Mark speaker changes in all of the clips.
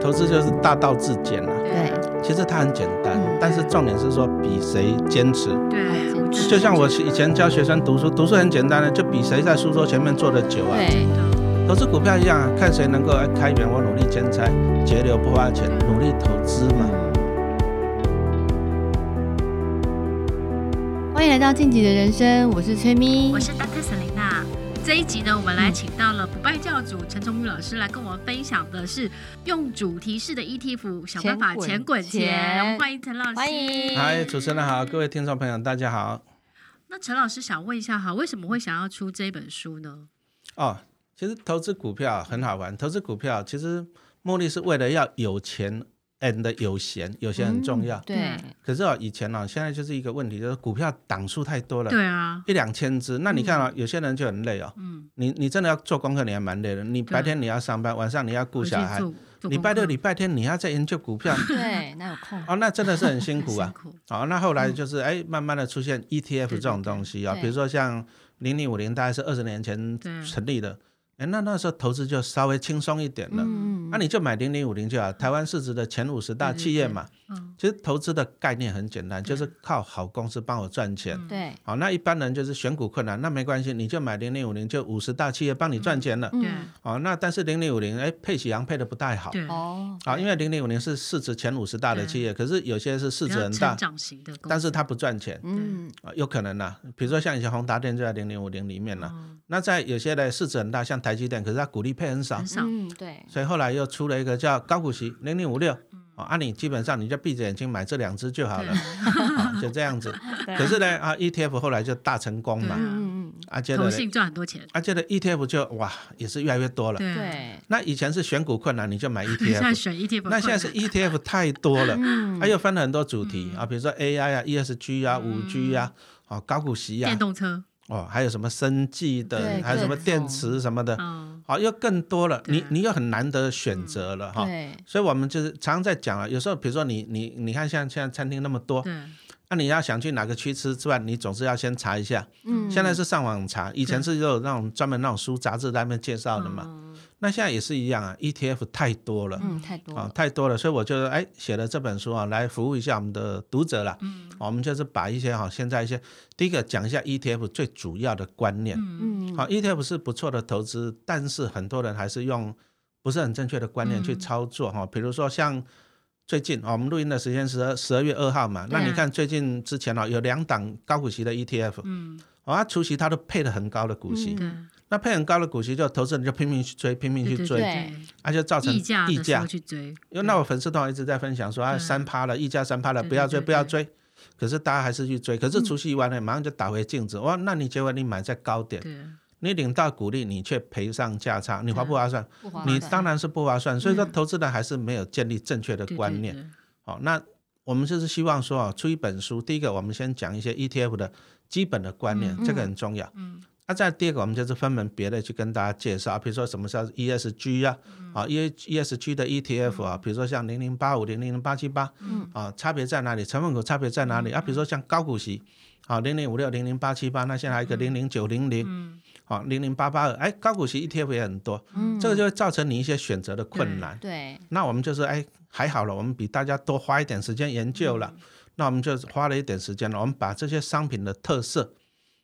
Speaker 1: 投资就是大道至简啦、
Speaker 2: 对
Speaker 1: 其实它很简单，
Speaker 2: 嗯
Speaker 1: 但是重点是说比谁坚持。
Speaker 3: 对，我觉得
Speaker 1: 就像我以前教学生读书，读书很简单的，啊就比谁在书桌前面坐得久啊。
Speaker 2: 对
Speaker 1: 投资股票一样啊，看谁能够开源，我努力兼差，节流不花钱，努力投资嘛。
Speaker 2: 嗯欢迎来到晋级的人生，我是崔咪
Speaker 3: 我。是 Dr. Selina。这一集呢，我们来请到了不败教主陈崇宇老师来跟我们分享的是用主题式的 ETF 想办法钱滚
Speaker 2: 钱滚钱
Speaker 3: 钱。我们欢迎陈老师，
Speaker 2: 欢迎
Speaker 1: 嗨，主持人好，各位听众朋友，大家好。
Speaker 3: 那陈老师想问一下哈，为什么会想要出这本书呢？
Speaker 1: 哦，其实投资股票很好玩，投资股票其实目的是为了要有钱 and 有闲，有闲很重要。
Speaker 2: 对，
Speaker 1: 可是哦，以前哦，现在就是一个问题，就是股票档数太多了。
Speaker 3: 对啊，
Speaker 1: 一两千只，那你看啊、有些人就很累哦。
Speaker 3: 嗯，
Speaker 1: 你你真的要做功课，你还蛮累的。你白天你要上班，晚上你要顾
Speaker 3: 啊回去
Speaker 1: 小孩，
Speaker 3: 做做
Speaker 1: 礼拜六、
Speaker 3: 功课
Speaker 1: 礼拜天你要在研究股票，
Speaker 2: 对，那有空。
Speaker 1: 哦，那真的是很辛 苦啊
Speaker 3: 辛。苦，
Speaker 1: 好、那后来就是哎、慢慢的出现 ETF
Speaker 3: 嗯对
Speaker 1: 这种东西啊、
Speaker 2: 对
Speaker 1: 比如说像零零五零，大概是二十年前
Speaker 3: 对
Speaker 1: 成立的，哎，那那时候投资就稍微轻松一点了。
Speaker 2: 嗯
Speaker 1: 那、你就买零零五零就好，台湾市值的前五十大
Speaker 3: 对对
Speaker 1: 企业
Speaker 3: 对
Speaker 1: 嘛。
Speaker 3: 嗯，
Speaker 1: 其实投资的概念很简单，就是靠好公司帮我赚钱。
Speaker 3: 嗯
Speaker 2: 对，
Speaker 1: 好，那一般人就是选股困难，那没关系，你就买零零五零，就五十大企业帮你赚钱了。
Speaker 3: 对
Speaker 2: 嗯
Speaker 1: 好，那但是零零五零，哎，配喜阳配的不太好。
Speaker 3: 对，
Speaker 2: 哦，
Speaker 1: 好，因为零零五零是市值前五十大的企业，可是有些是市
Speaker 3: 比
Speaker 1: 值
Speaker 3: 较
Speaker 1: 很大
Speaker 3: 成，长型的公司，
Speaker 1: 但是它不赚钱
Speaker 2: 嗯，
Speaker 1: 啊、有可能呐、比如说像以前宏达电就在零零五零里面了、
Speaker 3: 哦
Speaker 1: 那在有些的市值很大，像台积电，可是它股利配很少
Speaker 3: 很，少，
Speaker 2: 嗯，对，
Speaker 1: 所以后来又出了一个叫高股息零零五六。
Speaker 3: 嗯
Speaker 1: 哦啊，你基本上你就闭着眼睛买这两只就好了，啊就这样 子。可是呢，啊，ETF 后来就大成功嘛
Speaker 3: 对，
Speaker 2: 嗯嗯
Speaker 1: 啊， 接着
Speaker 3: 投
Speaker 1: 呢
Speaker 3: 信赚很多钱，
Speaker 1: 啊，接着 ETF 就哇也是越来越多了。
Speaker 2: 嗯，
Speaker 3: 对啊，
Speaker 2: 对，
Speaker 1: 那以前是选股困难，你就买
Speaker 3: 你 现在
Speaker 1: ETF，
Speaker 3: 选 E ETF，
Speaker 1: 那现在是 ETF 太多了，
Speaker 2: 嗯
Speaker 1: 它又分了很多主
Speaker 3: 嗯
Speaker 1: 题啊，比如说 AI 啊、ESG 啊、五 G 啊、哦高股息啊
Speaker 3: 电，动车，
Speaker 1: 哦还有什么生技的
Speaker 2: 对，
Speaker 1: 还有什么
Speaker 2: 各种
Speaker 1: 电池什么的，哦
Speaker 3: 嗯，
Speaker 1: 好又更多了，
Speaker 3: 对啊
Speaker 1: 你你又很难得选择了哈。
Speaker 2: 对，
Speaker 1: 所以我们就是常常在讲啊，有时候比如说你你你看像现在餐厅那么多，
Speaker 3: 对，
Speaker 1: 那你要想去哪个区吃之外，你总是要先查一下。
Speaker 2: 嗯
Speaker 1: 现在是上网查，以前是有那种专门那种书杂志在那边介绍的嘛。
Speaker 3: 嗯
Speaker 1: 那现在也是一样啊，ETF 太多了。
Speaker 2: 嗯太多
Speaker 1: 啊、
Speaker 2: 了，
Speaker 1: 太多了，所以我就哎写了这本书啊，来服务一下我们的读者啦。
Speaker 3: 嗯
Speaker 1: 我们就是把一些哈、现在一些第一个讲一下 ETF 最主要的观念。
Speaker 3: 嗯，
Speaker 2: 嗯，
Speaker 1: 好、e t f 是不错的投资，但是很多人还是用不是很正确的观念去
Speaker 3: 嗯
Speaker 1: 操作哈、比如说像最近、哦、我们录音的时间十二十二月二号嘛，那
Speaker 3: 对啊
Speaker 1: 你看最近之前哦，有两档高股息的 E ETF，、
Speaker 3: 嗯，
Speaker 1: 哦，它除息它都配了很高的股息，
Speaker 2: 嗯
Speaker 3: 对，
Speaker 1: 那配很高的股息就投资人就拼命去追，拼命去
Speaker 3: 对
Speaker 1: 追，
Speaker 3: 对对，
Speaker 1: 啊就造成
Speaker 3: 溢价
Speaker 1: 溢
Speaker 3: 的时
Speaker 1: 价
Speaker 3: 候。去追，
Speaker 1: 因为那我粉丝团一直在分享说啊，
Speaker 3: 对
Speaker 1: 三趴了，溢价三趴了，
Speaker 3: 对
Speaker 1: 不要追，
Speaker 3: 对对嗯
Speaker 1: 不要追。可是大家还是去追，可是除夕完了，马上就打回镜子。哇，那你结果你买在高点，
Speaker 3: 对，
Speaker 1: 你领到股利，你却赔上价差，你划不划算？
Speaker 2: 不划
Speaker 1: 你
Speaker 2: 算
Speaker 1: 当然是不划算。所以说，
Speaker 3: 嗯
Speaker 1: 投资人还是没有建立正确的
Speaker 3: 对
Speaker 1: 观念。，好、那我们就是希望说啊，出一本书，第一个我们先讲一些 ETF 的基本的观念，
Speaker 3: 嗯
Speaker 1: 这个很重要。
Speaker 3: 嗯
Speaker 1: 那、再第二个，我们就是分门别类去跟大家介绍，比如说什么叫 ESG 啊，啊 E ESG 的 ETF 啊，比如说像零零八五、零零八七八，
Speaker 2: 嗯
Speaker 1: 啊，差别在哪里？成分股差别在哪里？啊，比如说像高股息，啊零零五六、零零八七八，那现在还有一个零零九零零，
Speaker 3: 嗯，
Speaker 1: 啊零零八八二，哎，高股息 ETF 也很多，
Speaker 2: 嗯
Speaker 1: 这个就会造成你一些选择的困难。
Speaker 2: 对，
Speaker 1: 那我们就是哎，还好了，我们比大家多花一点时间研究
Speaker 3: 嗯
Speaker 1: 了，那我们就花了一点时间了，我们把这些商品的特色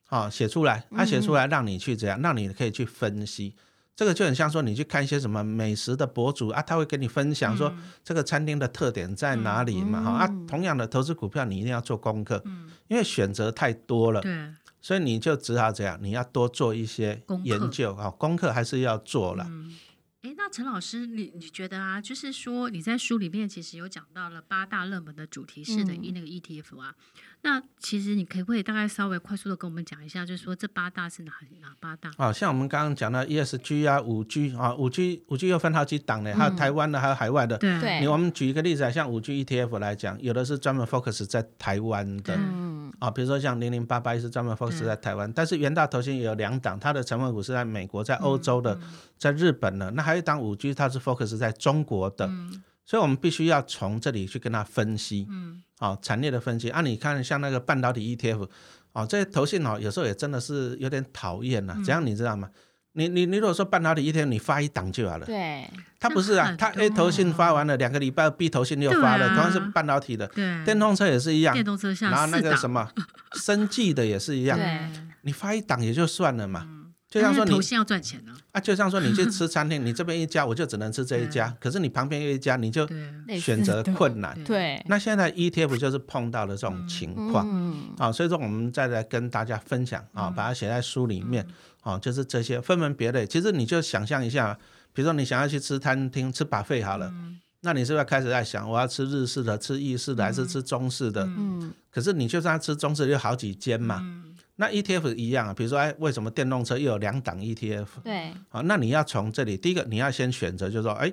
Speaker 1: 啊写出来，
Speaker 3: 嗯
Speaker 1: 它、写出来让你去怎样，让你可以去分析。这个就很像说你去看一些什么美食的博主啊，他会跟你分享
Speaker 3: 嗯
Speaker 1: 说这个餐厅的特点在哪里嘛哈、啊，同样的投资股票你一定要做功课，因为选择太多了，
Speaker 3: 嗯对，
Speaker 1: 所以你就只好怎样，你要多做一些
Speaker 3: 功课
Speaker 1: 研究啊，功课还是要做了。
Speaker 3: 哎，那陈老师，你你觉得啊，就是说你在书里面其实有讲到了八大热门的主题式的
Speaker 2: 嗯
Speaker 3: 一那个 ETF 啊，那其实你可不可以大概稍微快速的跟我们讲一下，就是说这八大是哪哪八大？
Speaker 1: 啊，像我们刚刚讲的 ESG 啊、五 G 啊、五 G 五 G 又分好几档呢，还有台湾的，还有海外的。
Speaker 3: 对
Speaker 2: 对
Speaker 1: 你我们举一个例子啊，像五 G ETF 来讲，有的是专门 focus 在台湾的
Speaker 3: 对
Speaker 2: 嗯
Speaker 1: 啊，比如说像零零八八是专门 focus 在台湾，但是元大投信也有两档，它的成分股是在美国、在欧洲的，在日本的。那还有一档五 G，它是 focus 在中国的，所以我们必须要从这里去跟它分析，嗯，啊，产业的分析。啊，你看像那个
Speaker 3: 嗯
Speaker 1: 半导体 ETF，哦，这些投信哦，有时候也真的是有点讨厌呐、怎样你知道吗？你你你如果说半导体一天你发一档就好了，
Speaker 2: 对，
Speaker 1: 它不是
Speaker 3: 那
Speaker 1: 啊，
Speaker 3: 很
Speaker 1: 它 A
Speaker 3: 多
Speaker 1: 头信发完了，两个礼拜 B 头信又
Speaker 3: 对
Speaker 1: 发了，
Speaker 3: 啊
Speaker 1: 同样是半导体的，
Speaker 3: 对，
Speaker 1: 电动车也是一样
Speaker 3: 电，动车像
Speaker 1: 然后那个什
Speaker 3: 么
Speaker 1: 么生技的也是一样，
Speaker 2: 对，
Speaker 1: 你发一档也就算了嘛。就像说你
Speaker 3: 嗯投信要赚钱呢，
Speaker 1: 啊，就像说你去 吃餐厅，你这边一家我就只能吃这一家，可是你旁边又一家，你就
Speaker 3: 嗯对啊，
Speaker 2: 类似
Speaker 1: 选择
Speaker 2: 的
Speaker 1: 困难。
Speaker 2: 对，
Speaker 1: 那现在 ETF 就是碰到了这种情况
Speaker 2: 嗯，
Speaker 1: 啊、所以说我们再来跟大家分享啊、把它写在书里面啊、就是这些分门别类。其实你就想象一下，比如说你想要去吃餐厅吃 buffet 好
Speaker 3: 嗯
Speaker 1: 了，那你是不是开始在想我要吃日式的、吃意式的还是吃中式的？
Speaker 2: 嗯，
Speaker 1: 可是你就算吃中式的有好几间嘛，
Speaker 3: 嗯
Speaker 1: 那 ETF 一样啊。比如说，哎，为什么电动车又有两档 E ETF？
Speaker 2: 对，
Speaker 1: 好，啊那你要从这里，第一个你要先选择，就是说，哎，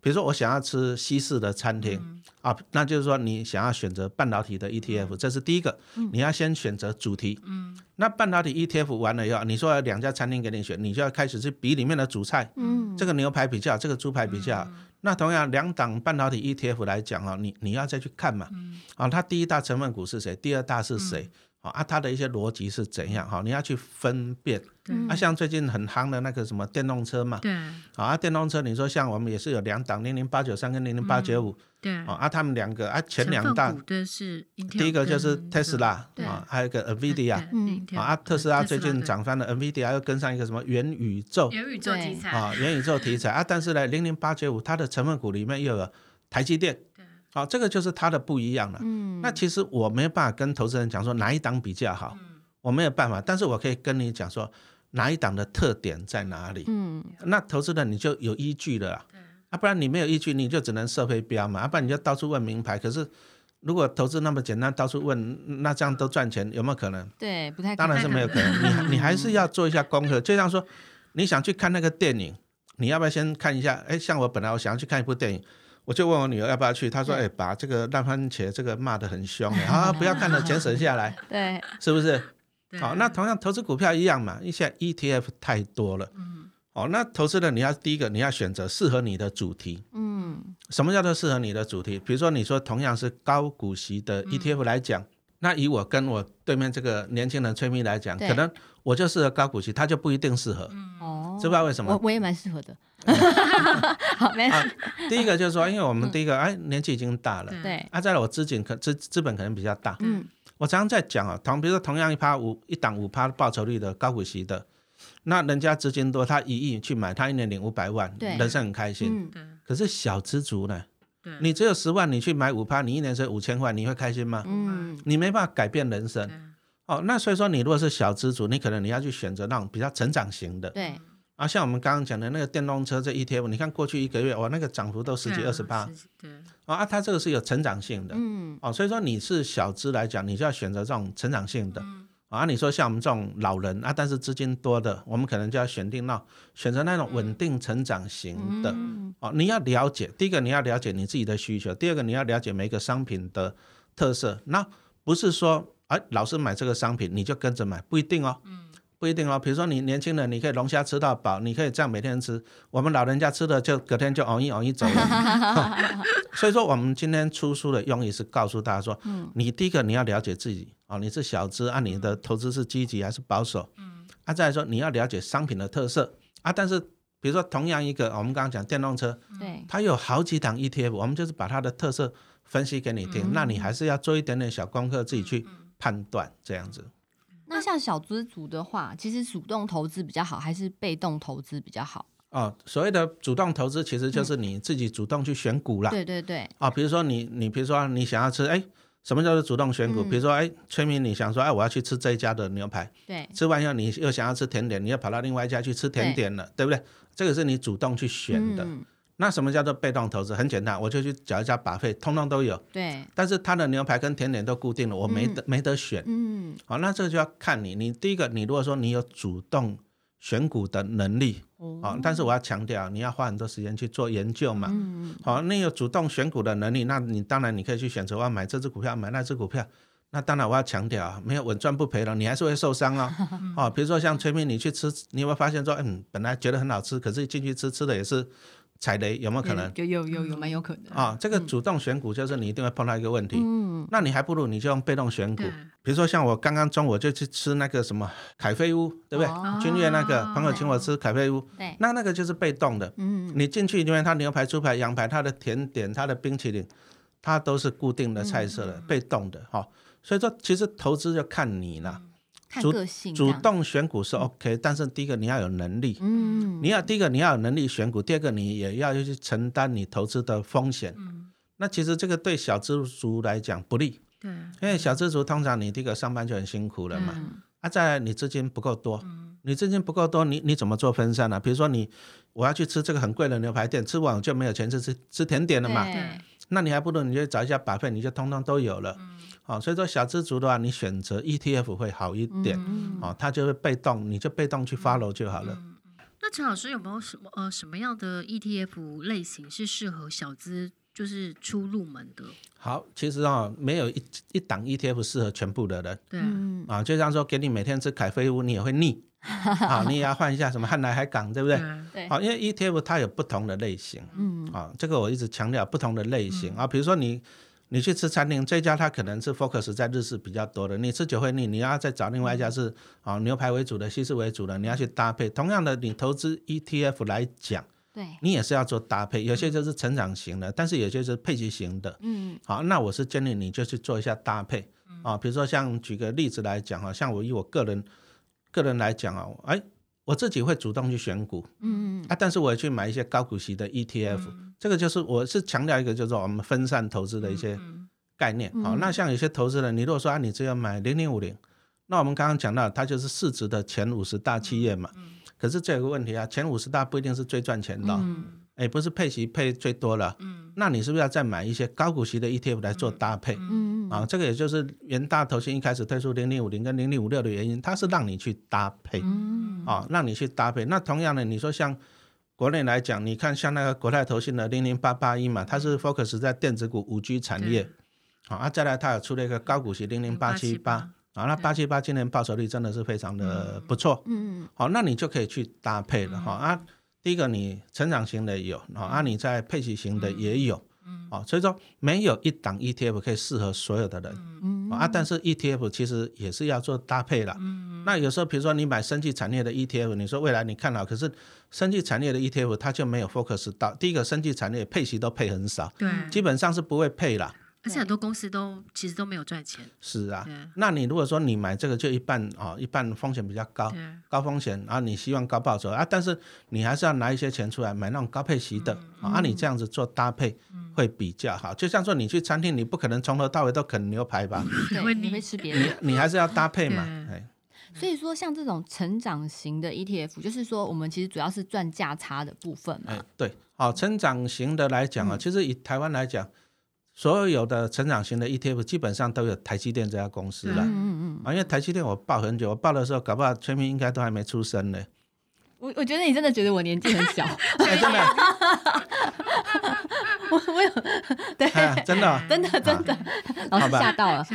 Speaker 1: 比如说我想要吃西式的餐厅、
Speaker 3: 嗯
Speaker 1: 啊，那就是说你想要选择半导体的 ETF，、这是第一个，你要先选择主题。嗯，那半导体 ETF 完了以后，你说有两家餐厅给你选，你就要开始去比里面的主菜，
Speaker 2: 嗯，
Speaker 1: 这个牛排比较好，这个猪排比较好。
Speaker 3: 嗯
Speaker 1: 那同样，两档半导体 ETF 来讲啊，你你要再去看嘛，
Speaker 3: 嗯
Speaker 1: 啊，它第一大成分股是谁，第二大是谁，啊啊，它的一些逻辑是怎样，哦哈、你要去分辨。
Speaker 3: 对
Speaker 1: 啊，像最近很夯的那个什么电动车嘛，
Speaker 3: 嗯对
Speaker 2: 嗯
Speaker 1: 啊，电动车你说像我们也是有两档零零八九三跟零零八九五
Speaker 3: 对，
Speaker 1: 啊，他们两个啊前
Speaker 3: 嗯成
Speaker 1: 两
Speaker 3: 分
Speaker 1: 大
Speaker 3: 股，对是 Intel
Speaker 1: 第一个就是
Speaker 3: 跟
Speaker 1: Tesla
Speaker 2: 对
Speaker 1: 啊，还有一个
Speaker 3: 对
Speaker 1: Nvidia
Speaker 3: 对
Speaker 2: 嗯
Speaker 3: Intel，
Speaker 1: 啊，啊特斯拉最近
Speaker 3: 对
Speaker 1: 涨翻了，Nvidia 又跟上一个什么元宇宙
Speaker 3: 元宇宙
Speaker 2: 对
Speaker 3: 题材，
Speaker 1: 啊，元宇宙题材啊，但是呢，零零八九五它的成分股里面又有台积电，啊，这个就是它的不一样了。
Speaker 2: 嗯，
Speaker 1: 那其实我没有办法跟投资人讲说哪一档比较好，
Speaker 3: 嗯
Speaker 1: 我没有办法，但是我可以跟你讲说哪一档的特点在哪里。
Speaker 2: 嗯，
Speaker 1: 那投资人你就有依据了啦，啊，不然你没有依据，你就只能设飞镖嘛，啊，不然你就到处问名牌。可是如果投资那么简单，到处问，那这样都赚钱有没有可能？
Speaker 2: 对，不太
Speaker 1: 当然
Speaker 2: 可
Speaker 1: 是
Speaker 2: 能
Speaker 1: 没有可能，你你还是要做一下功课。就像说，你想去看那个电影，你要不要先看一下？哎，像我本来我想要去看一部电影，我就问我女儿要不要去，她说：“哎，把这个烂番茄这个骂得很凶，哎啊，不要看了，钱省下来，
Speaker 2: 对，
Speaker 1: 是不是？”
Speaker 3: 对嗯
Speaker 1: 好、那同样投资股票一样嘛，一些 ETF E 太多了，嗯，哦，那投资人你要第一个你要选择适合你的主题。
Speaker 2: 嗯，
Speaker 1: 什么叫做适合你的主题？比如说你说同样是高股息的 ETF
Speaker 2: 嗯
Speaker 1: 来讲，那以我跟我对面这个年轻人崔咪来讲，
Speaker 2: 对
Speaker 1: 可能我就适合高股息，他就不一定适合，
Speaker 3: 嗯
Speaker 2: 哦，
Speaker 1: 知不知道为什
Speaker 2: 我
Speaker 1: 么？嗯
Speaker 2: 我也蛮适 合的，好，没事，
Speaker 1: 第一个就是说，因为我们第一个哎年纪已经大了。
Speaker 2: 嗯对，
Speaker 1: 啊，再来我资金可资资本可能比较大，
Speaker 2: 嗯，
Speaker 1: 我常常在讲啊，同比如说同样一趴五一档五趴报酬率的高股息的，那人家资金多，他一亿去买，他一年领五百万，
Speaker 2: 对
Speaker 1: 人生很开心。
Speaker 2: 嗯，
Speaker 3: 对
Speaker 1: 可是小资族呢，
Speaker 3: 对
Speaker 1: 你只有十万，你去买五趴，你一年是五千万，你会开心吗？
Speaker 2: 嗯，
Speaker 1: 你没办法改变人生
Speaker 3: 对
Speaker 1: 哦。那所以说，你如果是小资主，你可能你要去选择那种比较成长型的。
Speaker 2: 对，
Speaker 1: 啊，像我们刚刚讲的那个电动车这 ETF，你看过去一个月，哇，那个涨幅都十几
Speaker 3: 对啊
Speaker 1: 二十八
Speaker 3: 十几对
Speaker 1: 啊，它这个是有成长性的
Speaker 2: 嗯，
Speaker 1: 哦。所以说，你是小资来讲，你就要选择这种成长性的。啊，你说像我们这种老人啊，但是资金多的，我们可能就要选定那选择那种稳定成长型的。
Speaker 2: 嗯，
Speaker 1: 哦，你要了解，第一个你要了解你自己的需求，第二个你要了解每一个商品的特色。那不是说，哎，老师买这个商品你就跟着买，不一定哦。不一定哦。比如说你年轻人，你可以龙虾吃到饱，你可以这样每天吃。我们老人家吃的就隔天就熬一熬一走了。 所以说，我们今天出书的用意是告诉大家说，
Speaker 2: 嗯
Speaker 1: 你第一个你要了解自己哦，你是小资啊，你的投资是积极还是保守？
Speaker 3: 嗯
Speaker 1: 啊，再来说你要了解商品的特色啊，但是。比如说，同样一个哦我们刚刚讲电动车，
Speaker 3: 嗯
Speaker 2: 对，
Speaker 1: 它有好几档 ETF，我们就是把它的特色分析给你听，
Speaker 2: 嗯
Speaker 1: 那你还是要做一点点小功课，自己去
Speaker 3: 嗯
Speaker 1: 判断这样子。
Speaker 2: 那像小资族的话，其实主动投资比较好，还是被动投资比较好？
Speaker 1: 哦，所谓的主动投资，其实就是你自己主动去选股啦。
Speaker 2: 嗯对对对，
Speaker 1: 啊、比如说你你比如说你想要吃，哎，什么叫做主动选股？比如说，哎，崔明，你想说，哎，我要去吃这一家的牛排，
Speaker 2: 嗯对，
Speaker 1: 吃完以后你又想要吃甜点，你又跑到另外一家去吃甜点了，对不对？这个是你主动去选的。
Speaker 2: 嗯
Speaker 1: 那什么叫做被动投资？很简单，我就去找一家把费，通通都有，
Speaker 2: 对，
Speaker 1: 但是它的牛排跟甜点都固定了，我没得、没得选。
Speaker 2: 嗯，
Speaker 1: 好，那这个就要看你，你第一个，你如果说你有主动选股的能力，好、但是我要强调，你要花很多时间去做研究嘛。
Speaker 2: 嗯，
Speaker 1: 好、你有主动选股的能力，那你当然你可以去选择我要买这只股票，买那只股票。那当然，我要强调啊，没有稳赚不赔了，你还是会受伤哦。
Speaker 3: 嗯
Speaker 1: 嗯哦，比如说像崔明，你去吃，你有没有发现说，嗯，本来觉得很好吃，可是进去吃吃的也是踩雷有没有可能？
Speaker 2: 有有有有蛮有可能
Speaker 1: 啊、这个主动选股就是你一定会碰到一个问题，
Speaker 2: 嗯，
Speaker 1: 那你还不如你就用被动选股
Speaker 3: 对，，
Speaker 1: 比如说像我刚刚中午就去吃那个什么凯菲屋，对不对？
Speaker 2: 哦
Speaker 1: 君悦那个朋友请我吃凯菲屋，
Speaker 2: 对，
Speaker 1: 那那个就是被动的，
Speaker 2: 嗯，
Speaker 1: 你进去因为它牛排、猪排、羊排、它的甜点、它的冰淇淋，它都是固定的菜色的，
Speaker 2: 嗯
Speaker 1: 被动的哈、所以说，其实投资就看你啦，
Speaker 2: 看
Speaker 1: 主
Speaker 2: 个性这
Speaker 1: 主
Speaker 2: 样，
Speaker 1: 动选股是 OK，、但是第一个你要有能力，
Speaker 2: 嗯，
Speaker 1: 你要第一个你要有能力选股，第二个你也要去承担你投资的风险。
Speaker 3: 嗯，
Speaker 1: 那其实这个对小资族来讲不利，
Speaker 3: 对，
Speaker 1: 因为小资族通常你第一个上班就很辛苦了嘛，
Speaker 3: 嗯
Speaker 1: 啊，再来你资金不够多，
Speaker 3: 嗯
Speaker 1: 你资金不够多，你你怎么做分散呢、啊比如说你我要去吃这个很贵的牛排店，吃完我就没有钱吃吃吃甜点了嘛，
Speaker 2: 对，
Speaker 1: 那你还不如你就找一家把费，你就通通都有了。哦，所以说小资族的话，你选择 ETF 会好一点，
Speaker 2: 嗯
Speaker 1: 哦，它就会被动，你就被动去 follow 就好了。
Speaker 3: 嗯那陈老师有没有什么呃什么样的 ETF 类型是适合小资就是初入门的？
Speaker 1: 好，其实啊、没有一一档 ETF 适合全部的人
Speaker 3: 对，
Speaker 2: 嗯，
Speaker 1: 啊，就像说给你每天吃凯菲屋，你也会腻啊，你也要换一下什么汉来海港，对不 E 对？
Speaker 3: 啊
Speaker 2: 对，
Speaker 1: 好、因为 ETF 它有不同的类型
Speaker 2: 嗯
Speaker 1: 啊，这个我一直强调不同的类型、啊，比如说你。你去吃餐厅，这家它可能是 focus 在日式比较多的，你吃酒会腻，你要再找另外一家是啊牛排为主的、西式为主的，你要去搭配。同样的，你投资 ETF 来讲，
Speaker 2: 对，
Speaker 1: 你也是要做搭配，有些就是成长型的，但是有些就是配置型的。
Speaker 2: 嗯
Speaker 1: 好，那我是建议你就去做一下搭配啊，比如说像举个例子来讲哈，像我以我个人个人来讲啊，哎，我自己会主动去选股
Speaker 2: 嗯嗯
Speaker 1: 啊，但是我也去买一些高股息的 E ETF，、这
Speaker 3: 嗯
Speaker 1: 个就是我是强调一个就是我们分散投资的一些
Speaker 3: 嗯
Speaker 1: 概念。好、
Speaker 2: 嗯
Speaker 1: 那像有些投资人，你如果说啊，你只有买零零五零，那我们刚刚讲到它就是市值的前五十大企业
Speaker 3: 嗯
Speaker 1: 嘛，可是这有个问题啊，前五十大不一定是最赚钱的、哦，
Speaker 2: 嗯
Speaker 1: 哎、不是配息配最多了，
Speaker 3: 嗯
Speaker 1: 那你是不是要再买一些高股息的 ETF 来做搭配？
Speaker 2: 嗯
Speaker 1: 啊，这个也就是元大投信一开始推出零零五零跟零零五六的原因，它是让你去搭配
Speaker 2: 嗯
Speaker 1: 啊，让你去搭配。那同样的，你说像国内来讲，你看像那个国泰投信的零零八八一嘛，它是 focus 在电子股五 G 产业，好啊，再来它有出了一个高股息零零八七八
Speaker 3: 0878
Speaker 1: 啊，那八七八今年报酬率真的是非常的不错，
Speaker 2: 嗯
Speaker 1: 好、那你就可以去搭配了哈、啊。第一个，你成长型的有，好啊，你在配息型的也有，嗯，好、所以说没有一档 ETF 可以适合所有的人，
Speaker 2: 嗯
Speaker 1: 啊，但是 ETF 其实也是要做搭配啦。那有时候比如说你买生技产业的 ETF，你说未来你看好，可是生技产业的 ETF 它就没有 focus 到，第一个生技产业配息都配很少，
Speaker 3: 对，
Speaker 2: 嗯
Speaker 1: 基本上是不会配啦。
Speaker 3: 而且很多公司都其实都没有赚钱，
Speaker 1: 是啊
Speaker 3: 对，
Speaker 1: 那你如果说你买这个就一半啊、一半风险比较高，
Speaker 3: 对，
Speaker 1: 高风险啊，你希望高报酬啊，但是你还是要拿一些钱出来买那种高配息的、啊，啊你这样子做搭配会比较好。就像说你去餐厅，你不可能从头到尾都啃牛排吧，
Speaker 2: 对，你嗯会吃别的。
Speaker 1: 你还是要搭配嘛
Speaker 3: 对。
Speaker 1: 哎，
Speaker 2: 所以说，像这种成长型的 ETF，就是说我们其实主要是赚价差的部分
Speaker 1: 哎
Speaker 2: 嘛。，
Speaker 1: 对，好、成长型的来讲啊，
Speaker 2: 嗯
Speaker 1: 其实以台湾来讲，所有的成长型的 ETF 基本上都有台积电这家公司
Speaker 3: 对
Speaker 1: 了。
Speaker 2: 嗯嗯嗯，
Speaker 1: 啊，因为台积电我报很久，我报的时候，搞不好全民应该都还没出生呢。
Speaker 2: 我我觉得你真的觉得我年纪很 小，
Speaker 1: 哎，真的，
Speaker 2: 我我有对，
Speaker 1: 哎，真的哦，
Speaker 2: 真的 真的，老师
Speaker 1: 好吧
Speaker 2: 吓到了。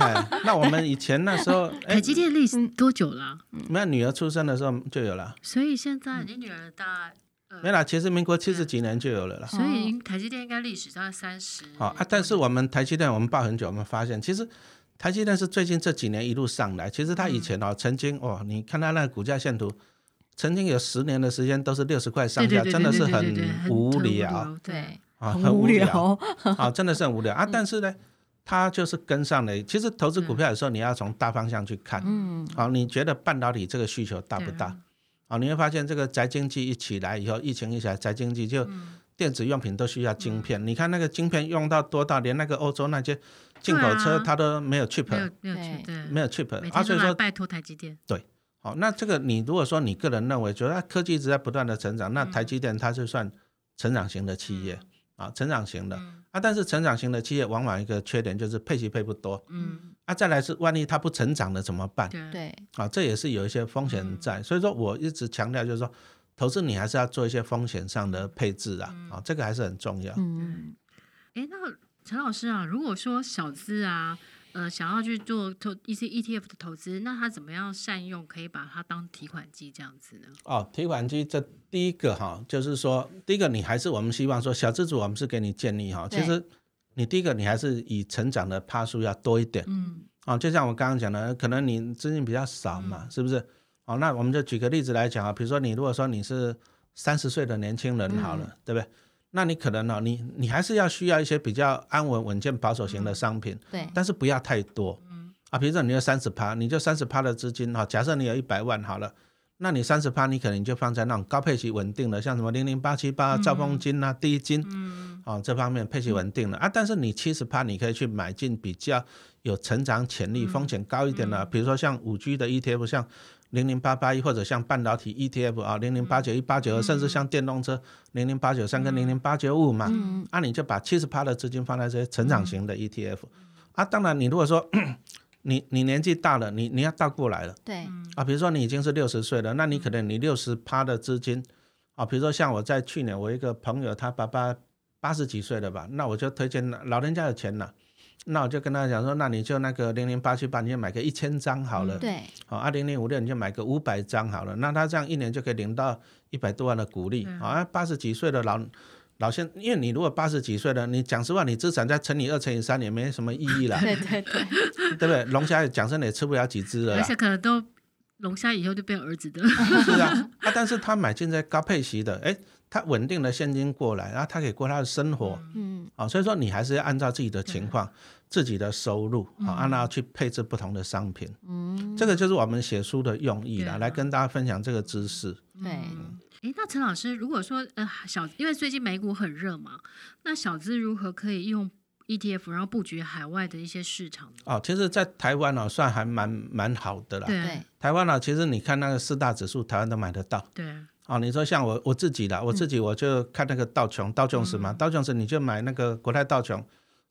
Speaker 1: 哎，那我们以前那时候，哎
Speaker 3: 台，积电历
Speaker 2: 嗯
Speaker 3: 史多久了啊？
Speaker 1: 没有女儿出生的时候就有了，
Speaker 3: 所以现在
Speaker 1: 嗯
Speaker 3: 你女儿大，呃
Speaker 1: 没啦，其实民国七十几年就有了啦。
Speaker 3: 所
Speaker 2: 哦
Speaker 3: 以台积电应该历史大概三十。
Speaker 1: 好啊，但是我们台积电，我们报很久，我们发现其实台积电是最近这几年一路上来。其实
Speaker 3: 嗯
Speaker 1: 它以前哦，曾经哦，你看它那个股价线图，曾经有十年的时间都是六十块上
Speaker 3: 对对
Speaker 1: 下，
Speaker 3: 对
Speaker 1: 真的是
Speaker 3: 对对对对
Speaker 1: 很
Speaker 3: 很
Speaker 1: 无
Speaker 3: 很
Speaker 1: 聊，
Speaker 3: 对，
Speaker 1: 啊，
Speaker 2: 很无
Speaker 1: 聊
Speaker 2: 聊。
Speaker 1: 啊，真的是很无
Speaker 3: 嗯
Speaker 1: 聊啊。但是呢，它就是跟上了。其实投资股票有时候你要从大方向去看，
Speaker 2: 嗯，
Speaker 1: 好，你觉得半导体这个需求大不大？啊，你会发现这个宅经济一起来以后，疫情一起来，宅经济就
Speaker 3: 嗯
Speaker 1: 电子用品都需要晶片。你看那个晶片用到多到，连那个欧洲那些进口车
Speaker 3: 对啊
Speaker 1: 它都没有
Speaker 3: 没
Speaker 1: chip，
Speaker 3: 有没有去对，
Speaker 1: 没有 chip
Speaker 3: 每
Speaker 1: 啊，所
Speaker 3: 天都
Speaker 1: 以
Speaker 3: 来
Speaker 1: 说。
Speaker 3: 拜托台积电。
Speaker 1: 好、那这个你如果说你个人认为觉得啊科技一直在不断的成长，那台积电它就算成长型的企业、啊，成长
Speaker 3: 嗯
Speaker 1: 型的、啊，但是成长型的企业往往一个缺点就是配息配不多
Speaker 3: 嗯，
Speaker 1: 啊，再来是万一它不成长了怎么办？
Speaker 3: 对，
Speaker 2: 对，
Speaker 1: 啊，这也是有一些风险在，所以说我一直强调就是说，投资你还是要做一些风险上的配置啊，啊，这个还是很重要。
Speaker 2: 嗯
Speaker 3: 哎，那陈老师啊，如果说小资啊，呃想要去做投一些 ETF 的投资，那他怎么样善用，可以把它当提款机这样子呢？
Speaker 1: 哦，提款机这第一个哈，就是说，第一个你还是我们希望说，小资主我们是给你建议哈，
Speaker 2: 对
Speaker 1: 其实你第一个你还是以成长的趴数要多一点
Speaker 3: 嗯，
Speaker 1: 啊、哦，就像我刚刚讲的，可能你资金比较少嘛，是不是？哦，那我们就举个例子来讲啊，比如说你如果说你是三十岁的年轻人好了，对不对？那你可能呢、你你还是要需要一些比较安稳、稳健、保守型的商品，
Speaker 2: 对
Speaker 1: 但是不要太多。
Speaker 3: 嗯
Speaker 1: 啊，比如说你有三十趴，你就三十趴的资金哈，假设你有一百万好了，那你三十趴你可能就放在那种高配息稳定的，像什么零零八七八、兆丰金啊、第一金，嗯，哦这方面配息稳定的啊，但是你七十趴你可以去买进比较有成长潜力、风险高一点的，比如说像五 G 的 ETF，像零零八八一或者像半导体 ETF 啊，零零八九一、八九二，甚至像电动车零零八九三跟零零八九五嘛，
Speaker 2: 嗯
Speaker 1: 啊，你就把七十趴的资金放在这些成长型的 ETF，、啊，当然你如果说 你你年纪大了，你你要倒过来了
Speaker 2: 对
Speaker 3: 嗯
Speaker 1: 啊，比如说你已经是六十岁了，那你可能你六十趴的资金啊，比如说像我在去年我一个朋友他爸爸八十几岁了吧，那我就推荐老人家有钱了。那我就跟他讲说，那你就那个零零八七八，你就买个一千张好了。
Speaker 2: 嗯对
Speaker 1: 好，二零零五六你就买个五百张好了，那他这样一年就可以领到一百多万的股
Speaker 2: 嗯
Speaker 1: 利。好、啊，八十几岁的老老先，因为你如果八十几岁了，你讲实话，你资产再乘以二乘以三也没什么意义了，
Speaker 2: 对对对，
Speaker 1: 对不对？龙虾也讲真的也吃不了几只了
Speaker 3: 而
Speaker 1: 啦，
Speaker 3: 且可能都龙虾以后就变儿子的，
Speaker 1: 是啊。啊，但是他买进这高配息的，哎，他稳定的现金过来，然啊后他可以过他的生 活。
Speaker 2: 嗯
Speaker 1: 啊、所以说你还是要按照自己的情况、自己的收入啊，按照去配置不同的商品。
Speaker 2: 嗯，
Speaker 1: 这个就是我们写书的用意
Speaker 3: 对
Speaker 1: 啦，
Speaker 3: 啊
Speaker 1: 来跟大家分享这个知识。
Speaker 2: 对
Speaker 3: 嗯诶，那陈老师，如果说呃小，因为最近美股很热嘛，那小资如何可以用 ETF 然后布局海外的一些市场呢？
Speaker 1: 哦，其实，在台湾呢、算还蛮蛮好的啦。
Speaker 3: 对
Speaker 2: 对
Speaker 1: 台湾呢、其实你看那个四大指数，台湾都买得到。
Speaker 3: 对，
Speaker 1: 哦，你说像我我自己啦，我自己我就看那个道琼道琼斯嘛，道琼斯你就买那个国泰道琼，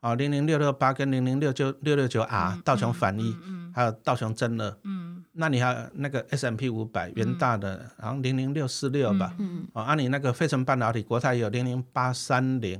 Speaker 1: 啊零零六六八跟零零六九六六九 R 道琼反
Speaker 3: 嗯
Speaker 1: 一，还有道琼真二，嗯，那你还有那个 S M P 五百元大的，然后零零六四六吧，
Speaker 2: 嗯
Speaker 1: 哦，啊你那个费城半导体国泰也有零零八三零，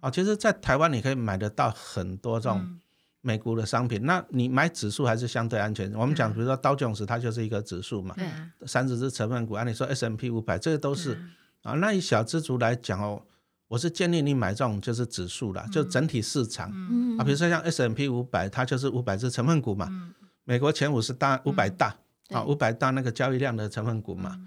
Speaker 1: 哦，其实，在台湾你可以买得到很多这
Speaker 3: 嗯
Speaker 1: 种美股的商品，那你买指数还是相对安全。我们讲，比如说道琼斯它就是一个指数嘛，
Speaker 2: 对啊
Speaker 1: 三十只成分股，按理说 S M P 五百，这个都
Speaker 3: 嗯
Speaker 1: 是啊。那以小资族来讲哦，我是建议你买这种就是指数啦，就整体市场、
Speaker 2: 嗯
Speaker 1: 啊，比如说像 S M P 五百，它就是五百只成分股
Speaker 3: 嗯
Speaker 1: 嘛，美国前五十大五百大、啊，五百大那个交易量的成分
Speaker 3: 嗯
Speaker 1: 股嘛。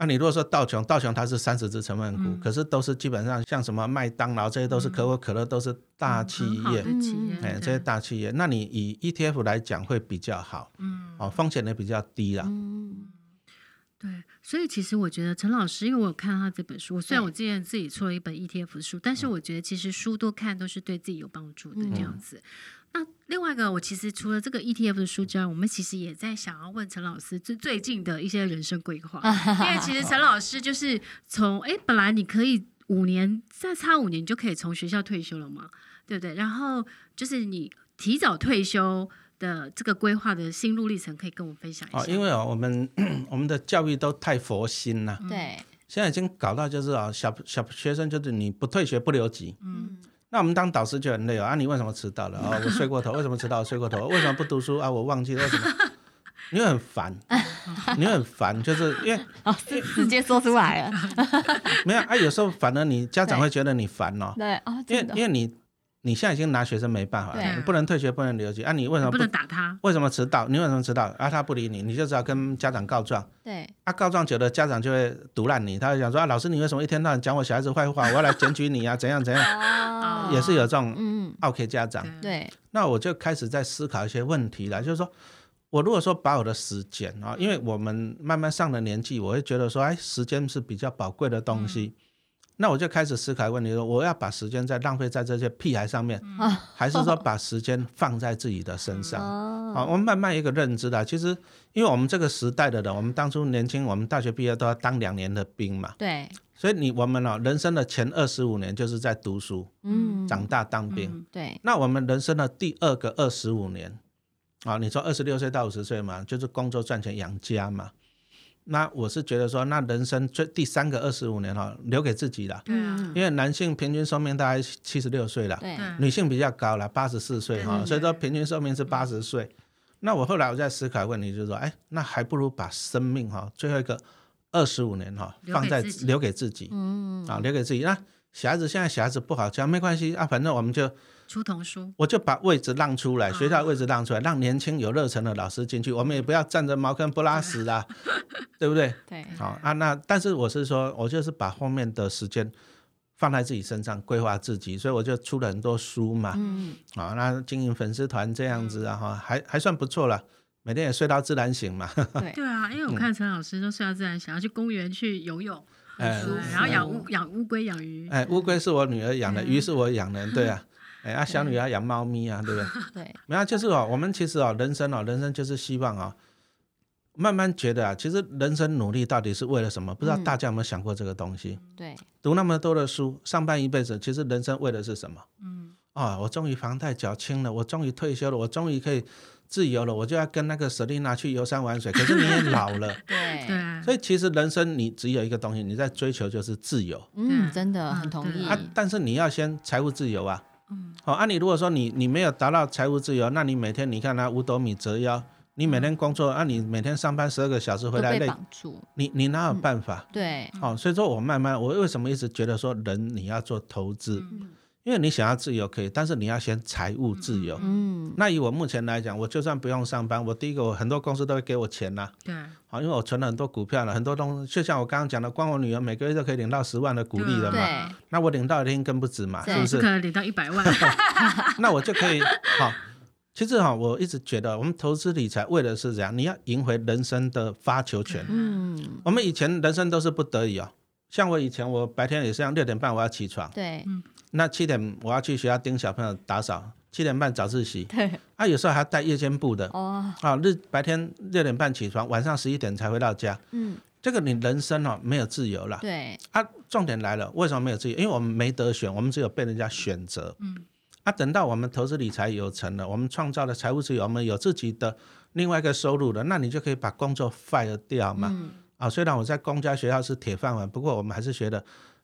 Speaker 1: 那、你如果说道琼，道琼它是三十只成分股，可是都是基本上像什么麦当劳这些都是可口可乐，都是大企
Speaker 3: 嗯很好
Speaker 1: 业，
Speaker 3: 的企业，
Speaker 2: 嗯
Speaker 1: 哎，
Speaker 3: 对
Speaker 1: 这些大企业，那你以 ETF 来讲会比较好，
Speaker 3: 嗯，
Speaker 1: 哦，风险也比较低啦。
Speaker 2: 嗯
Speaker 3: 对，所以其实我觉得陈老师，因为我有看他这本书，虽然
Speaker 2: 对
Speaker 3: 我之前自己出了一本 ETF 书，但是
Speaker 1: 嗯
Speaker 3: 我觉得其实书多看都是对自己有帮助的这样子。那另外一个，我其实除了这个 ETF 的书之外，我们其实也在想要问陈老师最最近的一些人生规划，因为其实陈老师就是从哎，本来你可以五年再差五年你就可以从学校退休了嘛，对不对？然后就是你提早退休的这个规划的心路历程，可以跟我们分享一下。
Speaker 1: 哦，因为哦，我们 我们的教育都太佛心了，
Speaker 2: 对
Speaker 1: 现在已经搞到就是啊、小小学生就是你不退学不留级，
Speaker 2: 嗯
Speaker 1: 那我们当导师就很累哦，啊，你为什么迟到了？哦，我睡过头，为什么迟到？我睡过头，为什么不读书啊？我忘记了，为什么？ 你会很烦，你会很烦，就是因为
Speaker 2: 老师直接说出来了，
Speaker 1: 没有啊，有时候反而你家长会觉得你烦哦，
Speaker 2: 对啊，
Speaker 1: 因
Speaker 2: 真
Speaker 1: 为
Speaker 2: 的
Speaker 1: 因为你你现在已经拿学生没办法
Speaker 2: 对
Speaker 1: 了，
Speaker 2: 啊
Speaker 1: 你不能退学，不能留级啊，你为什
Speaker 3: 你
Speaker 1: 么
Speaker 3: 不
Speaker 1: 不
Speaker 3: 能打他。
Speaker 1: 为什么迟到？你为什么迟到？啊，他不理你，你就只好跟家长告状。
Speaker 2: 对
Speaker 1: 啊，告状久了，家长就会毒烂你，他会想说啊，老师你为什么一天到晚讲我小孩子坏话，我要来检举你啊， 怎样怎样，
Speaker 2: 哦
Speaker 1: 也是有这种
Speaker 2: 嗯
Speaker 1: OK 家长。
Speaker 2: 对
Speaker 1: 那我就开始在思考一些问题了，就是说我如果说把我的时间啊，因为我们慢慢上了年纪，我会觉得说，哎，时间是比较宝贵的东西。
Speaker 2: 嗯
Speaker 1: 那我就开始思考问题说，我要把时间再浪费在这些屁孩上面，
Speaker 2: 啊
Speaker 1: 还是说把时间放在自己的身上？
Speaker 2: 哦
Speaker 1: 啊，我们慢慢一个认知啦。其实，因为我们这个时代的人，我们当初年轻，我们大学毕业都要当两年的兵嘛，
Speaker 2: 对
Speaker 1: 所以你我们啊，人生的前二十五年就是在读书、
Speaker 2: 嗯
Speaker 1: 长大、当兵。
Speaker 2: 对
Speaker 1: 那我们人生的第二个二十五年，啊，你说二十六岁到五十岁嘛，就是工作赚钱养家嘛。那我是觉得说，那人生最第三个二十五年哈、留给自己了，
Speaker 3: 对啊，
Speaker 1: 因为男性平均寿命大概七十六岁了，
Speaker 2: 嗯对，
Speaker 3: 对
Speaker 1: 女性比较高了，八十四岁哈、
Speaker 3: 对
Speaker 1: 所以说平均寿命是八十岁。那我后来我在思考问题，就是说，哎，那还不如把生命哈、最后一个二十五年哈、
Speaker 3: 留给
Speaker 1: 放在
Speaker 3: 自己
Speaker 1: 留给自己
Speaker 2: 嗯，
Speaker 1: 啊，留给自己。那小孩子现在小孩子不好教，没关系啊，反正我们就
Speaker 3: 出童书，
Speaker 1: 我就把位置让出来，
Speaker 3: 哦
Speaker 1: 学校位置让出来，让年轻有热忱的老师进去，我们也不要站着茅坑不拉屎 啦，对不对？
Speaker 2: 对，
Speaker 3: 嗯
Speaker 1: 好啊，那但是我是说，我就是把后面的时间放在自己身上，规划自己，所以我就出了很多书嘛，
Speaker 2: 嗯，
Speaker 1: 啊，那经营粉丝团这样子啊，哈、还还算不错了，每天也睡到自然醒嘛，
Speaker 2: 对，
Speaker 3: 对啊，因为我看陈老师都睡到自然醒，要去公园去游泳，
Speaker 1: 哎
Speaker 3: 嗯对然后养乌养乌龟养 鱼，
Speaker 1: 哎，乌龟是我女儿养的，
Speaker 3: 嗯
Speaker 1: 鱼是我养的，对啊，哎，啊，小女儿养猫咪啊，对不对？
Speaker 2: 对，
Speaker 1: 没有啊，就是哦，我们其实哦，人生哦，人生就是希望哦，慢慢觉得啊，其实人生努力到底是为了什么？不知道
Speaker 2: 嗯
Speaker 1: 大家有没有想过这个东西？
Speaker 2: 对，，
Speaker 1: 读那么多的书，上半一辈子，其实人生为的是什么？
Speaker 3: 嗯，
Speaker 1: 啊、我终于房贷缴清了，我终于退休了，我终于可以自由了，我就要跟那个舍利娜去游山玩水。可是你也老了
Speaker 2: 对，
Speaker 3: 对，
Speaker 1: 所以其实人生你只有一个东西，你在追求就是自由
Speaker 2: 嗯，
Speaker 3: 对
Speaker 2: 真的
Speaker 3: 嗯
Speaker 2: 很同
Speaker 3: 对
Speaker 2: 意，
Speaker 1: 啊。但是你要先财务自由啊。
Speaker 3: 嗯，
Speaker 1: 好、啊，你如果说你你没有达到财务自由，那你每天你看那五斗米折腰，你每天工作，啊，你每天上班十二个小时
Speaker 2: 嗯都
Speaker 1: 回来
Speaker 2: 被
Speaker 1: 累，
Speaker 2: 绑嗯住，
Speaker 1: 你你哪有办法？
Speaker 2: 对，
Speaker 1: 好、所以说我慢慢，我为什么一直觉得说人你要做投资，
Speaker 3: 嗯
Speaker 1: 因为你想要自由可以，但是你要先财务自由。
Speaker 2: 嗯，
Speaker 1: 那以我目前来讲，我就算不用上班，我第一个我很多公司都会给我钱呐、
Speaker 3: 对，
Speaker 1: 好，因为我存了很多股票了，很多东西，就像我刚刚讲的，光我女儿每个月都可以领到十万的股利了
Speaker 3: 对
Speaker 1: 嘛，
Speaker 2: 嗯对，
Speaker 1: 那我领到一定更不止嘛，
Speaker 2: 对
Speaker 1: 是不是
Speaker 3: 是可？ 能领到一 百万，
Speaker 1: 那我就可以好。其实哈，我一直觉得我们投资理财为的是怎样？你要赢回人生的发球权。
Speaker 2: 嗯，
Speaker 1: 我们以前人生都是不得已哦，像我以前我白天也是这样，六点半我要起床，
Speaker 2: 对，
Speaker 1: 那七点我要去学校盯小朋友打扫，七点半早自习，
Speaker 2: 对，
Speaker 1: 啊，有时候还要带夜间部的。
Speaker 2: 哦，
Speaker 1: 啊，日白天六点半起床，晚上十一点才回到家。
Speaker 2: 嗯，
Speaker 1: 这个你人生哦没有自由了
Speaker 2: 对，
Speaker 1: 啊！重点来了，为什么没有自由？因为我们没得选，我们只有被人家选择。
Speaker 3: 嗯，
Speaker 1: 啊，等到我们投资理财有成了，我们创造了财务自由，我们有自己的另外一个收入了，那你就可以把工作 fire 掉嘛。
Speaker 2: 嗯，
Speaker 1: 啊，虽然我在公家学校是铁饭碗，不过我们还是学的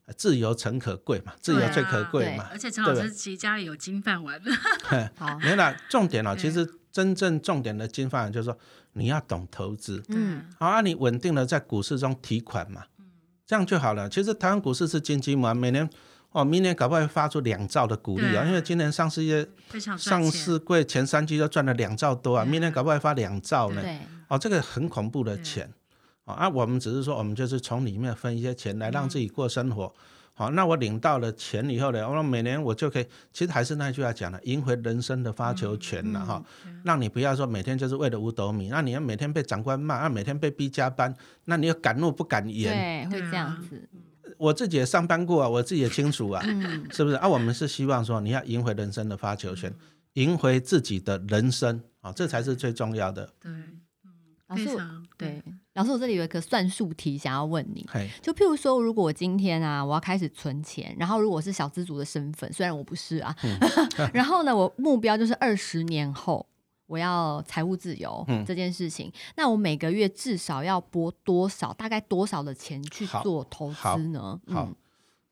Speaker 1: 呃自由诚可贵嘛，自由
Speaker 3: 对啊
Speaker 1: 最可贵
Speaker 2: 对
Speaker 1: 嘛。
Speaker 3: 而且陈 老
Speaker 1: 对
Speaker 3: 师其实家里有金饭碗，啊
Speaker 2: 好，
Speaker 1: 没有啦，重点哦，
Speaker 3: 对
Speaker 1: 其实真正重点的金饭碗就是说你要懂投资。
Speaker 2: 嗯，
Speaker 1: 好，那、啊你稳定的在股市中提款嘛，这样就好了。其实台湾股市是金鸡母啊，每年哦，明年搞不好会发出两兆的股利
Speaker 3: 对
Speaker 1: 啊，
Speaker 3: 啊
Speaker 1: 因为今年上市业
Speaker 3: 非常赚
Speaker 1: 上
Speaker 3: 钱
Speaker 1: 市柜前三季都赚了两兆多啊，
Speaker 3: 对啊
Speaker 1: 明年搞不好会发两兆呢。
Speaker 2: 对，
Speaker 1: 哦，这个很恐怖的钱哦啊，我们只是说我们就是从里面分一些钱来让自己过生活。好，那我领到了钱以后呢，我每年我就可以，其实还是那句话讲了，赢回人生的发球权了哈、让你不要说每天就是为了五斗米，那你要每天被长官骂，那每天被逼加班，那你又敢怒不敢言。
Speaker 2: 对，会
Speaker 3: 对
Speaker 2: 这样
Speaker 3: 啊
Speaker 2: 子，
Speaker 1: 我自己也上班过啊，我自己也清楚啊，
Speaker 2: 嗯，
Speaker 1: 是不是啊？我们是希望说你要赢回人生的发球权，
Speaker 3: 嗯
Speaker 1: 赢回自己的人生啊、这才是最重要的。
Speaker 3: 对，
Speaker 2: 老
Speaker 3: 非
Speaker 2: 师我，
Speaker 3: 常
Speaker 2: 对，老师，我这里有一个算术题想要问你，
Speaker 1: 嘿，
Speaker 2: 就譬如说，如果我今天啊，我要开始存钱，然后如果是小资族的身份，虽然我不是啊，
Speaker 1: 嗯
Speaker 2: 然后呢，我目标就是二十年后我要财务自由、
Speaker 1: 嗯
Speaker 2: 这件事情，那我每个月至少要拨多少，大概多少的钱去
Speaker 1: 好
Speaker 2: 做投
Speaker 1: 好
Speaker 2: 资呢？
Speaker 1: 好，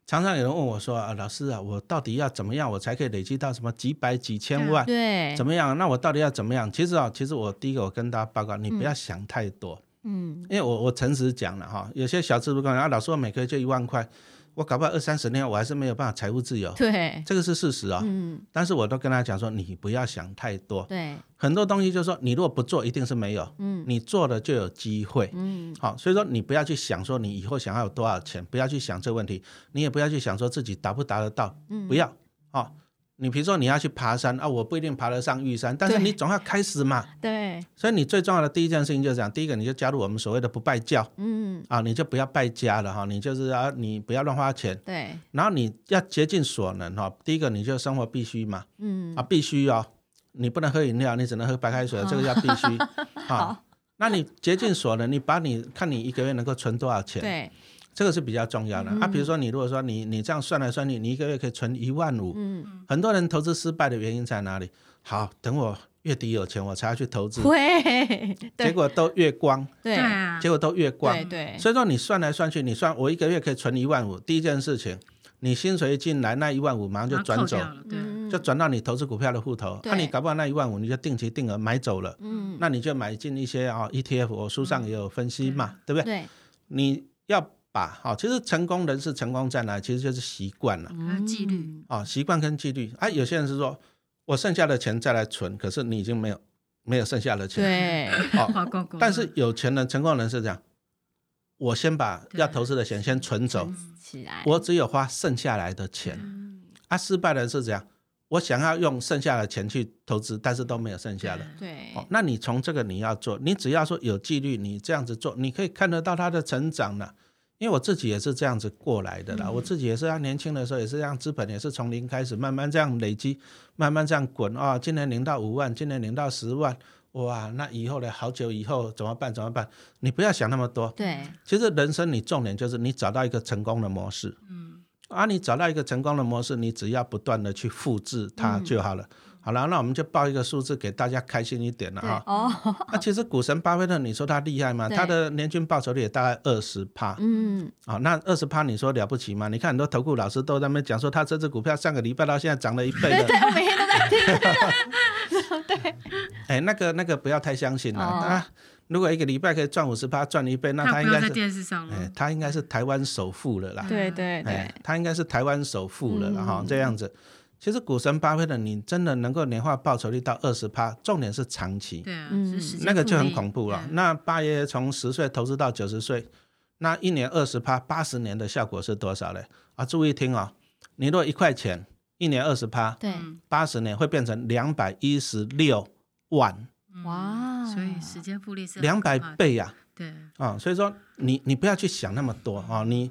Speaker 1: 常常有人问我说啊，老师啊，我到底要怎么样，我才可以累积到什么几百几千万？
Speaker 2: 嗯对
Speaker 1: 怎，么样？那我到底要怎么样？其实啊，其实我第一个我跟大家报告，你不要想太多，
Speaker 2: 嗯，
Speaker 1: 因为我我诚实讲了哈，有些小资主跟我讲啊，老师我每个月就一万块，我搞不好二三十年我还是没有办法财务自由，
Speaker 2: 对，
Speaker 1: 这个是事实啊、
Speaker 2: 嗯，
Speaker 1: 但是我都跟他讲说，你不要想太多，
Speaker 2: 对，
Speaker 1: 很多东西就是说，你如果不做，一定是没有，
Speaker 2: 嗯
Speaker 1: 你做了就有机会。
Speaker 2: 嗯，
Speaker 1: 好，所以说你不要去想说你以后想要有多少钱，不要去想这个问题，你也不要去想说自己达不达得到，
Speaker 2: 嗯
Speaker 1: 不要哦。你比如说你要去爬山啊，我不一定爬得上玉山，但是
Speaker 2: 对
Speaker 1: 你总要开始嘛。
Speaker 2: 对，
Speaker 1: 所以你最重要的第一件事情就是这样，第一个你就加入我们所谓的不败教
Speaker 2: 嗯，
Speaker 1: 啊，你就不要败家了哈，你就是啊，你不要乱花钱，
Speaker 2: 对，
Speaker 1: 然后你要竭尽所能哈。第一个你就生活必须嘛，
Speaker 2: 嗯，
Speaker 1: 啊必须哦，你不能喝饮料，你只能喝白开水，这个叫必须
Speaker 2: 哦
Speaker 1: 啊。
Speaker 2: 好，
Speaker 1: 那你竭尽所能，你把你看你一个月能够存多少钱，
Speaker 2: 对，
Speaker 1: 这个是比较重要的、
Speaker 2: 嗯
Speaker 1: 啊。比如说你如果说你你这样算来算去，你一个月可以存一万五、
Speaker 2: 嗯，
Speaker 1: 很多人投资失败的原因在哪里？好，等我月底有钱我才要去投资，
Speaker 2: 会，
Speaker 1: 结
Speaker 2: 对
Speaker 1: 果都月光，
Speaker 2: 对
Speaker 3: 对啊，
Speaker 1: 结果都月光
Speaker 2: 对。对，
Speaker 1: 所以说你算来算去，你算我一个月可以存一万五，第一件事情，你薪水一进来那一万五马上就
Speaker 3: 然后
Speaker 1: 转
Speaker 3: 扣
Speaker 1: 走，
Speaker 3: 掉了，对啊，
Speaker 2: 嗯
Speaker 1: 就转到你投资股票的户头。那、
Speaker 2: 对
Speaker 1: 你搞不好那一万五你就定期定额买走了，
Speaker 2: 嗯，
Speaker 1: 那你就买进一些啊、ETF，我书上也有分析
Speaker 2: 嗯
Speaker 1: 嘛，对不对？
Speaker 2: 对，
Speaker 1: 你要把好、其实成功人士成功在哪？其实就是习惯了
Speaker 3: 还有纪律
Speaker 2: 嗯，
Speaker 1: 啊、习惯跟纪律啊。有些人是说我剩下的钱再来存，可是你已经没有没有剩下的钱
Speaker 2: 对，
Speaker 1: 哦，
Speaker 3: 花光光了。
Speaker 1: 但是有钱人、成功人是这样，我先把
Speaker 3: 对
Speaker 1: 要投资的钱先存走，
Speaker 2: 起来，
Speaker 1: 我只有花剩下来的钱。
Speaker 2: 嗯
Speaker 1: 啊，失败的人是这样，我想要用剩下的钱去投资，但是都没有剩下的。
Speaker 2: 对，
Speaker 1: 哦，那你从这个你要做，你只要说有纪律，你这样子做，你可以看得到他的成长了。因为我自己也是这样子过来的啦，
Speaker 2: 嗯
Speaker 1: 我自己也是啊，年轻的时候也是这样，资本也是从零开始，慢慢这样累积，慢慢这样滚啊、今年零到五万，今年零到十万，哇，那以后呢？好久以后怎么办？怎么办？你不要想那么多。
Speaker 2: 对，
Speaker 1: 其实人生你重点就是你找到一个成功的模式，
Speaker 3: 嗯，
Speaker 1: 啊，你找到一个成功的模式，你只要不断的去复制它
Speaker 2: 嗯
Speaker 1: 就好了。好了，那我们就报一个数字给大家开心一点了
Speaker 2: 对
Speaker 1: 哈。
Speaker 2: 哦，
Speaker 1: 那、啊其实股神巴菲特，你说他厉害吗？
Speaker 2: 对
Speaker 1: 他的年均报酬率也大概二十趴
Speaker 2: 嗯，
Speaker 1: 啊。那二十趴，你说了不起吗？你看很多投顾老师都在那边讲说，他这只股票上个礼拜到现在涨了一倍了。
Speaker 2: 我每天都在听，
Speaker 1: 哎，那个那个不要太相信了。
Speaker 2: 哦
Speaker 1: 啊，如果一个礼拜可以赚五十趴，赚一倍，那
Speaker 3: 他
Speaker 1: 他
Speaker 3: 不
Speaker 1: 应
Speaker 3: 要
Speaker 1: 该
Speaker 3: 在
Speaker 1: 是
Speaker 3: 电视上
Speaker 1: 哎
Speaker 3: 了，，
Speaker 1: 他应该是台湾首富了啦。
Speaker 2: 对对对
Speaker 1: 哎，，他应该是台湾首富了啦，然后、
Speaker 2: 嗯
Speaker 1: 这样子。其实股神巴菲特，你真的能够年化报酬率到二十趴，重点是长期，
Speaker 3: 对啊，
Speaker 2: 嗯
Speaker 3: 是时间
Speaker 1: 那个就
Speaker 3: 复
Speaker 1: 很
Speaker 3: 利
Speaker 1: 恐怖了。
Speaker 3: 对
Speaker 1: 那八爷爷从十岁投资到九十岁，那一年二十趴，八十年的效果是多少嘞？啊，注意听哦，你若一块钱，一年二十趴，
Speaker 2: 对，
Speaker 3: 嗯
Speaker 1: 八十年会变成两百一十六万，
Speaker 3: 嗯
Speaker 2: 哇
Speaker 3: 所以时间复利是很
Speaker 1: 两百
Speaker 3: 可怕的，
Speaker 1: 倍呀、
Speaker 3: 对，
Speaker 1: 啊！所以说你你不要去想那么多啊、你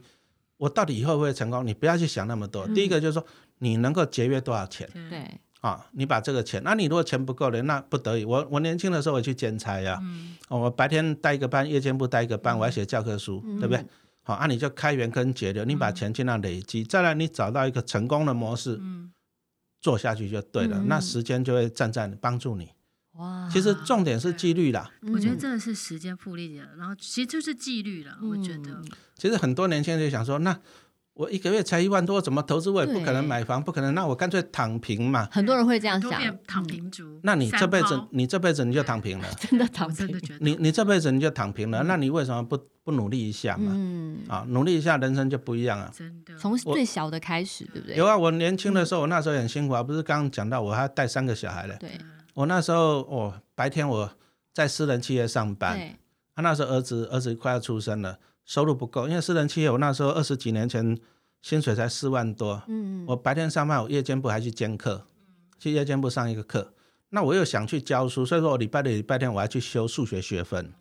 Speaker 1: 我到底以后会不会成功？你不要去想那么多。第一个就是说你能够节约多少钱。
Speaker 3: 对，
Speaker 2: 对，
Speaker 1: 啊，你把这个钱，那你如果钱不够了，那不得已，我我年轻的时候我去兼差呀、
Speaker 3: 嗯，
Speaker 1: 哦我白天带一个班，夜间不带一个班，我还写教科书，对不对
Speaker 2: 嗯？
Speaker 1: 好、啊，你就开源跟节流，你把钱尽量累积，再来你找到一个成功的模式
Speaker 3: 嗯，
Speaker 1: 做下去就对了，
Speaker 2: 嗯啊
Speaker 1: 那时间就会站在帮助你。
Speaker 2: 哇，
Speaker 1: 其实重点是纪律啦，
Speaker 3: 我觉得
Speaker 2: 嗯
Speaker 3: 真的是时间复利的，然后其实就是纪律了，我觉得
Speaker 2: 嗯，
Speaker 1: 其实很多年轻人就想说，那我一个月才一万多，怎么投资？我也不可能
Speaker 2: 对
Speaker 1: 买房，不可能，那我干脆躺平嘛。
Speaker 2: 很多人会这样
Speaker 3: 都
Speaker 2: 想，
Speaker 3: 变躺
Speaker 2: 嗯
Speaker 3: 平族，
Speaker 1: 那你
Speaker 3: 三
Speaker 1: 这辈子
Speaker 3: 包，
Speaker 1: 你这辈子你就躺平 了，
Speaker 2: 真的躺
Speaker 3: 我真
Speaker 2: 平
Speaker 3: 的，觉得
Speaker 1: 你你这辈子你就躺平了，那你为什么不不努力一下嘛？
Speaker 2: 嗯，
Speaker 1: 啊，努力一下，人生就不一样啊了。
Speaker 3: 真的
Speaker 2: 从
Speaker 1: 我
Speaker 2: 最小的开始，对不对嗯
Speaker 1: 有？啊，我年轻的时候，我那时候也很辛苦啊，不是刚刚讲到我还要带三个小孩嘞。
Speaker 2: 对
Speaker 1: 我那时候，我、白天我在私人企业上班，
Speaker 2: 对，
Speaker 1: 啊，那时候儿子儿子快要出生了，收入不够，因为私人企业我那时候二十几年前薪水才四万多，
Speaker 2: 嗯，
Speaker 1: 我白天上班，我夜间部还去兼课，去夜间部上一个课。那我又想去教书，所以说我礼拜六、礼拜天我还去修数学学分，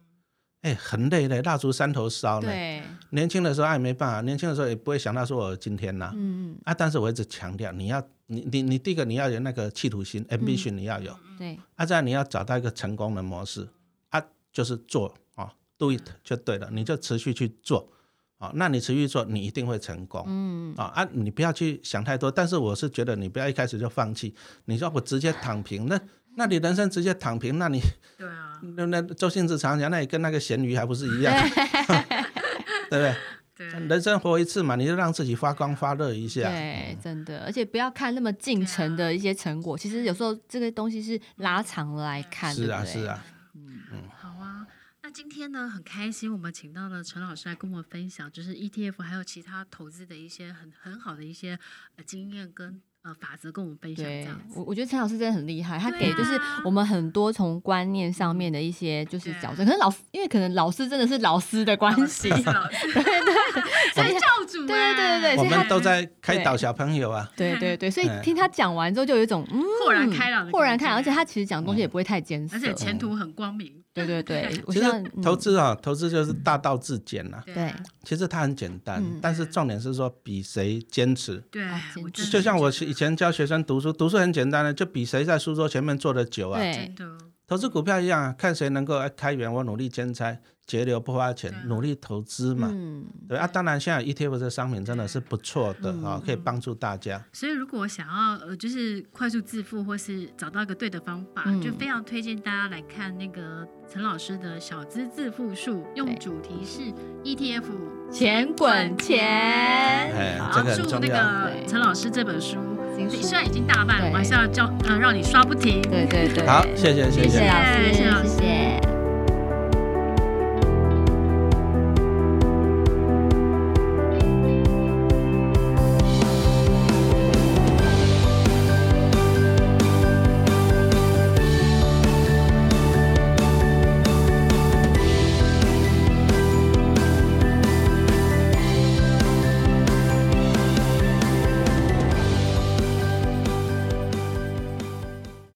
Speaker 1: 哎，很累嘞，蜡烛三头烧呢。
Speaker 2: 嗯对，
Speaker 1: 年轻的时候哎没办法，年轻的时候也不会想到说我有今天呐、
Speaker 2: 嗯，
Speaker 1: 啊，但是我一直强调，你要你你你第一个你要有那个企图心
Speaker 2: 嗯
Speaker 1: ambition，你要有，
Speaker 2: 对，
Speaker 1: 啊，这样你要找到一个成功的模式，啊，就是做啊、d o it 就对了，你就持续去做啊、那你持续做，你一定会成功。
Speaker 2: 嗯，
Speaker 1: 啊啊！你不要去想太多，但是我是觉得你不要一开始就放弃。你说我直接躺平，那那你人生直接躺平，那你
Speaker 3: 对啊，
Speaker 1: 那那周星驰常讲，那你跟那个咸鱼还不是一 样，对不对？
Speaker 3: 对，
Speaker 1: 人生活一次嘛，你就让自己发光发热一下。
Speaker 2: 对，真的，而且不要看那么近程的一些成果，其实有时候这个东西是拉长了来看，
Speaker 1: 是啊，
Speaker 2: 对不
Speaker 1: 是
Speaker 2: 对，
Speaker 1: 啊，
Speaker 3: 好啊，那今天呢很开心，我们请到了陈老师来跟我们分享，就是 ETF 还有其他投资的一些很很好的一些呃经验跟呃法则跟我们分享这
Speaker 2: 对
Speaker 3: 样子
Speaker 2: 我，。我觉得陈老师真的很厉害，他
Speaker 3: 对
Speaker 2: 给就是
Speaker 3: 啊
Speaker 2: 我们很多从观念上面的一些就是矫
Speaker 3: 对啊
Speaker 2: 正。可是老师，因为可能老师真的是老师的关系，
Speaker 3: 老师老师对 对，所以教主
Speaker 2: 对
Speaker 3: 哎
Speaker 2: 对
Speaker 1: 我
Speaker 2: 对对所以他
Speaker 1: 们都在开导小朋友啊。
Speaker 2: 对 对对，所以
Speaker 1: 哎
Speaker 2: 听他讲完之后，就有一种嗯
Speaker 3: 豁然开朗的
Speaker 2: 豁然
Speaker 3: 感
Speaker 2: 开朗，而
Speaker 3: 觉
Speaker 2: 且他其实讲的东
Speaker 1: 嗯
Speaker 2: 西也不会太艰涩
Speaker 3: 而，且前途很光明，
Speaker 2: 对 对对，我
Speaker 1: 其
Speaker 2: 希望嗯
Speaker 1: 实投资啊，投资就是大道至简呐、
Speaker 3: 对啊
Speaker 1: 其实它很简单，
Speaker 2: 嗯
Speaker 1: 但是重点是说比谁坚持。
Speaker 3: 对
Speaker 2: 啊
Speaker 3: 我
Speaker 2: 简直
Speaker 3: 真的
Speaker 1: 就像我
Speaker 3: 觉
Speaker 1: 以前教学生读书，读书很简单的，就比谁在书桌前面坐的久啊。
Speaker 3: 得
Speaker 2: 对
Speaker 3: 真的
Speaker 1: 投资股票一样啊，看谁能够开源，我努力兼差，节流不花钱，努力投资嘛。
Speaker 2: 嗯，
Speaker 1: 对啊，当然现在 ETF 这商品真的是不错的啊、可以帮助大家。
Speaker 3: 所以，如果想要呃，就是快速致富，或是找到一个对的方法，
Speaker 2: 嗯
Speaker 3: 就非常推荐大家来看那个陈老师的《小资致富术》，用主题是 E ETF
Speaker 2: 钱滚钱
Speaker 1: 哎
Speaker 3: 好
Speaker 1: 这个很
Speaker 3: 祝
Speaker 1: 重
Speaker 3: 那
Speaker 1: 要
Speaker 3: 个
Speaker 2: 对
Speaker 3: 陈老师这本书
Speaker 2: 新书
Speaker 3: 虽然已经大卖了，
Speaker 2: 对
Speaker 3: 我还是要教呃让你刷不停。
Speaker 2: 对对对，
Speaker 1: 好，谢谢，
Speaker 2: 谢
Speaker 1: 谢
Speaker 2: 谢老
Speaker 3: 谢谢老
Speaker 2: 师，
Speaker 3: 师
Speaker 2: 谢谢。